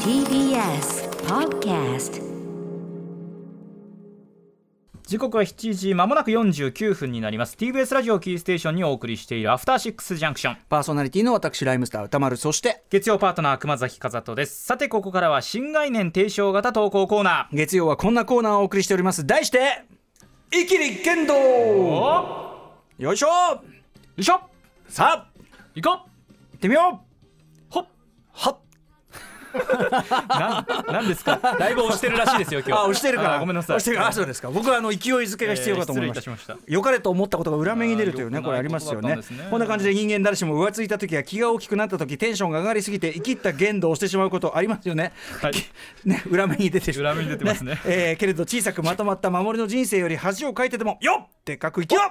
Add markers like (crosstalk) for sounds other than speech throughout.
TBS Podcast 時刻は7時まもなく49分になります TBS ラジオキーステーションにお送りしているアフターシックスジャンクションパーソナリティの私ライムスター歌丸そして月曜パートナー熊崎和人ですさてここからは新概念提唱型投稿コーナ月曜はこんなコーナーをお送りしております題して「イキリ剣道ー」およいしょいしょさあ行こ行ってみようほっうはっなんなんですか (laughs) だいぶ押してるらしいですよ今日あ押してるからあごめんなさい押してるからあそうですか僕はあの勢いづけが必要かと思いまえーし失た,、礼いたしました良かれと思ったことが裏目に出るというあねーこれありますよ良くねないことだったんですねこんな感じで人間誰しも浮ついた時や気が大きくなった時テンションが上がりすぎて生きった言動をしてしまうことありますよねはい (laughs) ね裏目に出てしま裏う目に出てますねえーけれど小さくまとまった守りの人生より恥をかいてでもよっでかく生きよ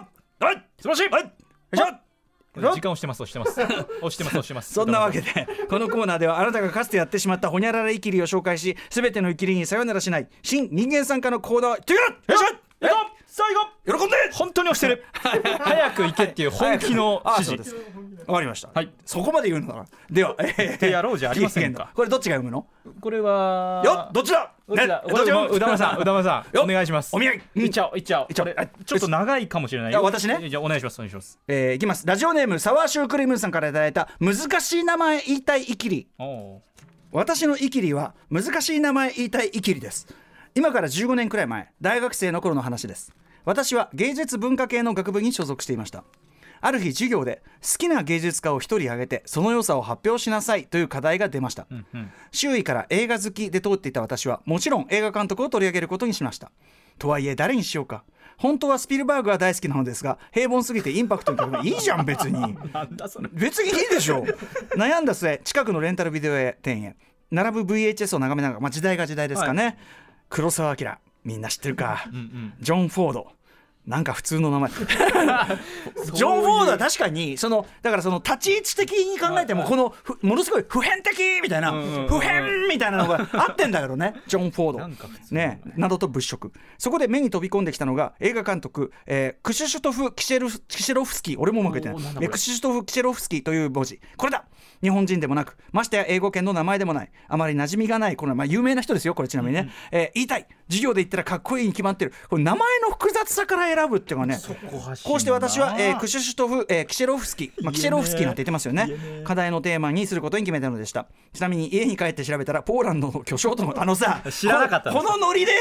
うはい素晴らしいはいよいしょよいし時ょ間押してます押してます押してます押して (laughs) ますそんなわけでこのコーナーではあなたがかつてやってしまったほにゃららイキリを紹介し全てのイキリにさよならしない新人間参加の行動をよいしょよいし行こうさあ行こうょ喜んで本当に押してる早く行けっていう本気のあ指そうです示わかりました、はいそこまで言うのならではえてやろう (laughs) じゃありませんかこれどっちが読むのこれはよっどっちだうだ、ねうだ、もうだまさん、うだまさん、よお願いします。お見合いうんいっちゃおう、いっちゃおう。いっちゃおうこれあちょっと長いかもしれないあよ。私ねじゃあ、お願いします、お願いします。えーいきますラジオネームサワーシュークリームさんからいただいた難しい名前言いたいイキリおお私のイキリは難しい名前言いたいイキリです今から15年くらい前大学生の頃の話です私は芸術文化系の学部に所属していましたある日授業で好きな芸術家を一人挙げてその良さを発表しなさいという課題が出ました、ー。うん、周囲から映画好きで通っていた私はもちろん映画監督を取り上げることにしましたとはいえ誰にしようか本当はスピルバーグが大好きなのですが平凡すぎてインパクトに欠けないいいじゃん別になんだそれ。別にいいでしょ (laughs) 悩んだ末近くのレンタルビデオ屋店へ並ぶ VHS を眺めながら、まあ、時代が時代ですかね、黒澤明みんな知ってるか、ジョン・フォードなんか普通の名 (laughs) 前ジョン・フォードは確かにそのだからその立ち位置的に考えてもこのふものすごい普遍的みたいなうんうんうん普遍みたいなの (laughs) が合ってんだけどねジョン・フォードなんか普通の名前ねなどと物色そこで目に飛び込んできたのが映画監督、えークシュシュトフ・キシェルフキシェロフスキー俺もうまく言ってないおーなんだこれえークシュシュトフ・キシェロフスキーという文字これだ日本人でもなくましてや英語圏の名前でもないあまり馴染みがないこの、まあ、有名な人ですよこれちなみにね、えー言いたい授業で言ったらかっこいいに決まってるこれ名前の複雑さから選ぶっていうのがねこうして私は、えークシュシュトフ、えーキシェロフスキー、まあ、キシェロフスキーなんて言ってますよね課題のテーマにすることに決めたのでしたちなみに家に帰って調べたらポーランドの巨匠とのあのさ知らなかったんでこすのこのノリで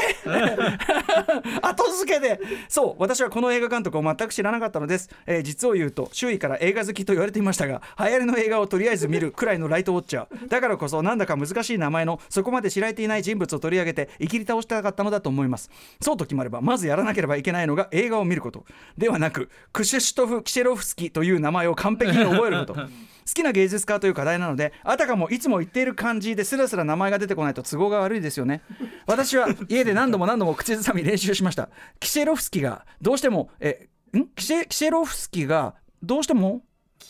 後付けでそう私はこの映画監督を全く知らなかったのです、えー実を言うと周囲から映画好きと言われていましたが流行りの映画をとりあえず見るくらいのライトウォッチャーだからこそなんだか難しい名前のそこまで知られていない人物を取り上げていきり倒したかったのだと思いますそうと決まればまずやらなければいけないのが映画を見ることではなくクシュシュトフ・キシェロフスキという名前を完璧に覚えること好きな芸術家という課題なのであたかもいつも言っている感じですらすら名前が出てこないと都合が悪いです (laughs) よね私は家で何度も何度も口ずさみ練習しましたキシェロフスキがどうしてもえんキシェキシェロフスキがどうしても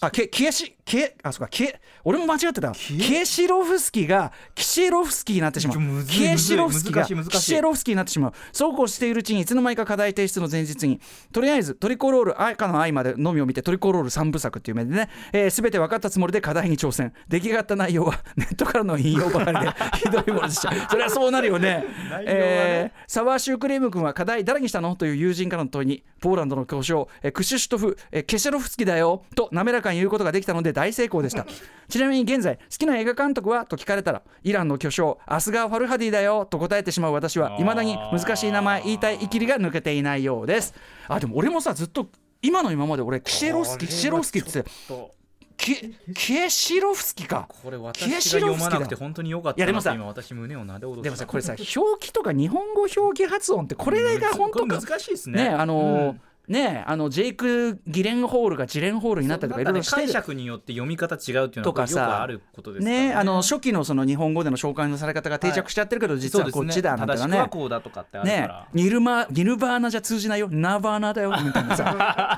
あけキエシキエあそうかキエ俺も間違ってたキエシロフスキがキシェロフスキになってしまちょむうずいキエシロフスキがむずい難しい難しいキシェロフスキになってしまうそうこうしているうちにいつの間にか課題提出の前日にとりあえずトリコロール赤の愛までのみを見てトリコロール3部作っていう目でね、えー、全て分かったつもりで課題に挑戦出来上がった内容はネットからの引用ばかりで (laughs) ひどいものでしたそれはそうなるよねえーサワーシュークリーム君は課題誰にしたのという友人からの問いにポーランドの巨匠えークシュシュトフえーケシェロフスキだよと滑らかに言うことができたので大成功でしたちなみに現在好きな映画監督はと聞かれたらイランの巨匠アスガー・ファルハディだよと答えてしまう私はいまだに難しい名前言いたいイキリが抜けていないようですあでも俺もさずっと今の今まで俺キシェロフスキキシェロフスキって言ってキキエシロフスキかこれ私私がが読ま読まななくくてて本当に良かったたなって今今私胸をなでおどでもさこれさ表記とか日本語表記発音ってこれが本当か難しいですねねあのーねあのジェイク・ギレンホールがジレンホールになったりとかいろいろして解る釈によって読み方違うっていうのとはかよくあさることですからねあの初期のその日本語での紹介のされ方が定着しちゃってるけど実はこっちだなんて正しのくはねこうだとかってあるかねらニルマニルバーナじゃ通じないよナバーナだよみたいなさ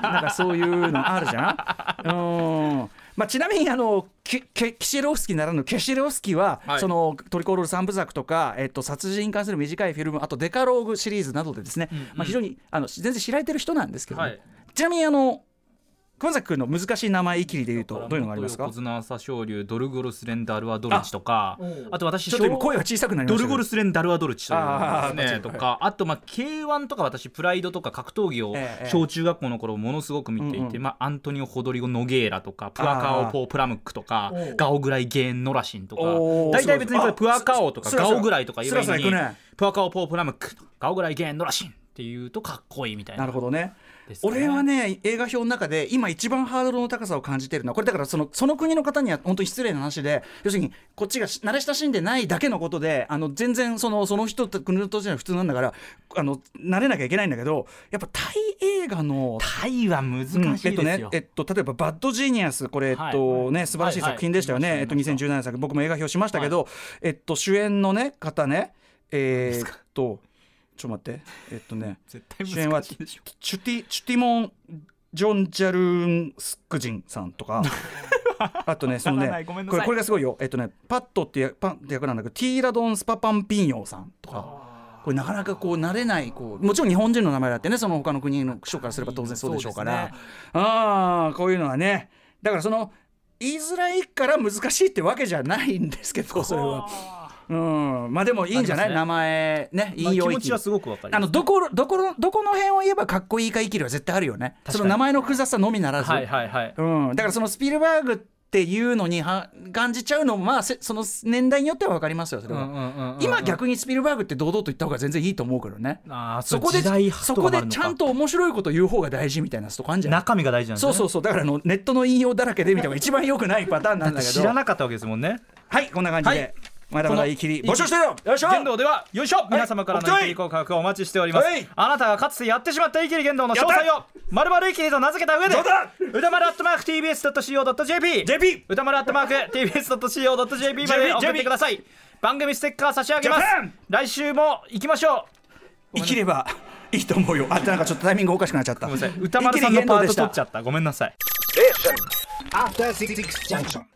(laughs) なんかそういうのあるじゃん。うんまあ、ちなみにあのキキキシェロフスキならぬケシェロフスキは、はいそのトリコロール三部作とか、えっと、殺人に関する短いフィルムあとデカローグシリーズなどでですね、まあ、非常にあの全然知られてる人なんですけどね、はいちなみにあの熊崎君の難しい名前いきりで言うとどういうのがありますか小綱朝青龍ドルゴルスレンダルアドルチとかあと私ちょっと今声が小さくなりまドルしたけどゴルスレンダルアドルチとあかーです間違ねいとかあとまあ K1 とか私プライドとか格闘技をええ小中学校の頃ものすごく見ていうんてうんまあアントニオ・ホドリゴ・ノゲーラとかプアカあーオ・ポー・プラムックとかおうガオグライ・ゲーン・ノラシンとかおー大体別にこれあプアカオとかすらすガらオグライとか言えばいいのにすらすら行くねプアカオ・ポー・プラムックガオグライ・ゲーン・ノラシンっていうとかっこいいみたいななるほどねですかね俺はね映画表の中で今一番ハードルの高さを感じているのはこれだからそのその国の方には本当に失礼な話で要するにこっちがし慣れ親しんでないだけのことであの全然そのその人って国の土地は普通なんだからあの慣れなきゃいけないんだけどやっぱタイ映画のタイは難しいですえっとねよ、えっと、例えば「バッドジーニアス」これ、はいえっとね、素晴らしい作品でしたよはね、いはいえっと、2017年作僕も映画表しましたけど、えっと、主演の、ね、方ねえーっとちょっと待ってえっとね絶対主演は難しチいでしょュティチュティモン・ジョン・ジャルンスクジンさんと (laughs) かあとねそのわかんないねごめんなこさいれこれがすごいよ、えっとね、パットってやパンって役なんだけどティーラドン・スパパンピンヨーさんとか。これなかなかこう慣れないこうもちろん日本人の名前だってねその他の国の人からすれば当然そうでしょうから。そうですねああこういうのはねだからその言いづらいから難しいってわけじゃないんですけどそれはうんまあでもいいんじゃない、ありますね名前ねまあ引気用持域ちはすごくわかりあますのどこどこのどこの辺を言えばかっこいいか生きるは絶対あるよねかにその名前の複雑さのみならず、はいはいはいうん、だからそのスピルバーグっていうのには感じちゃうのもまあせその年代によっては分かりますよそれは、今逆にスピルバーグって堂々と言った方が全然いいと思うけどねあーそこで時代そこでちゃんと面白いこと言う方が大事みたいなとこあるんじゃない中身が大事なんですそねうそうそうだからあのネットの引用だらけで見たのが一番良くないパターンなんだけど知らなかったわけですもんねはいこんな感じで、はいまだまだ言い切りこの募集してるよよいしょ剣道ではよいしょ皆様からのおっ意とい見告白をお待ちしておりますはいあなたがかつてやってしまったイキリ剣道の詳細をまるまるイキリと名付けた上でどうだ歌丸アットマーク TBS.CO.JP JP 歌丸アットマーク TBS.CO.JP まで JP 送ってください番組ステッカー差し上げます Japan 来週も行きましょ生きればいいと思うよあなんかちょっとタイミングおかしくなっちゃったうごめんなさい歌丸さんのパート取っちゃゃったごめんなさい After Six Junction.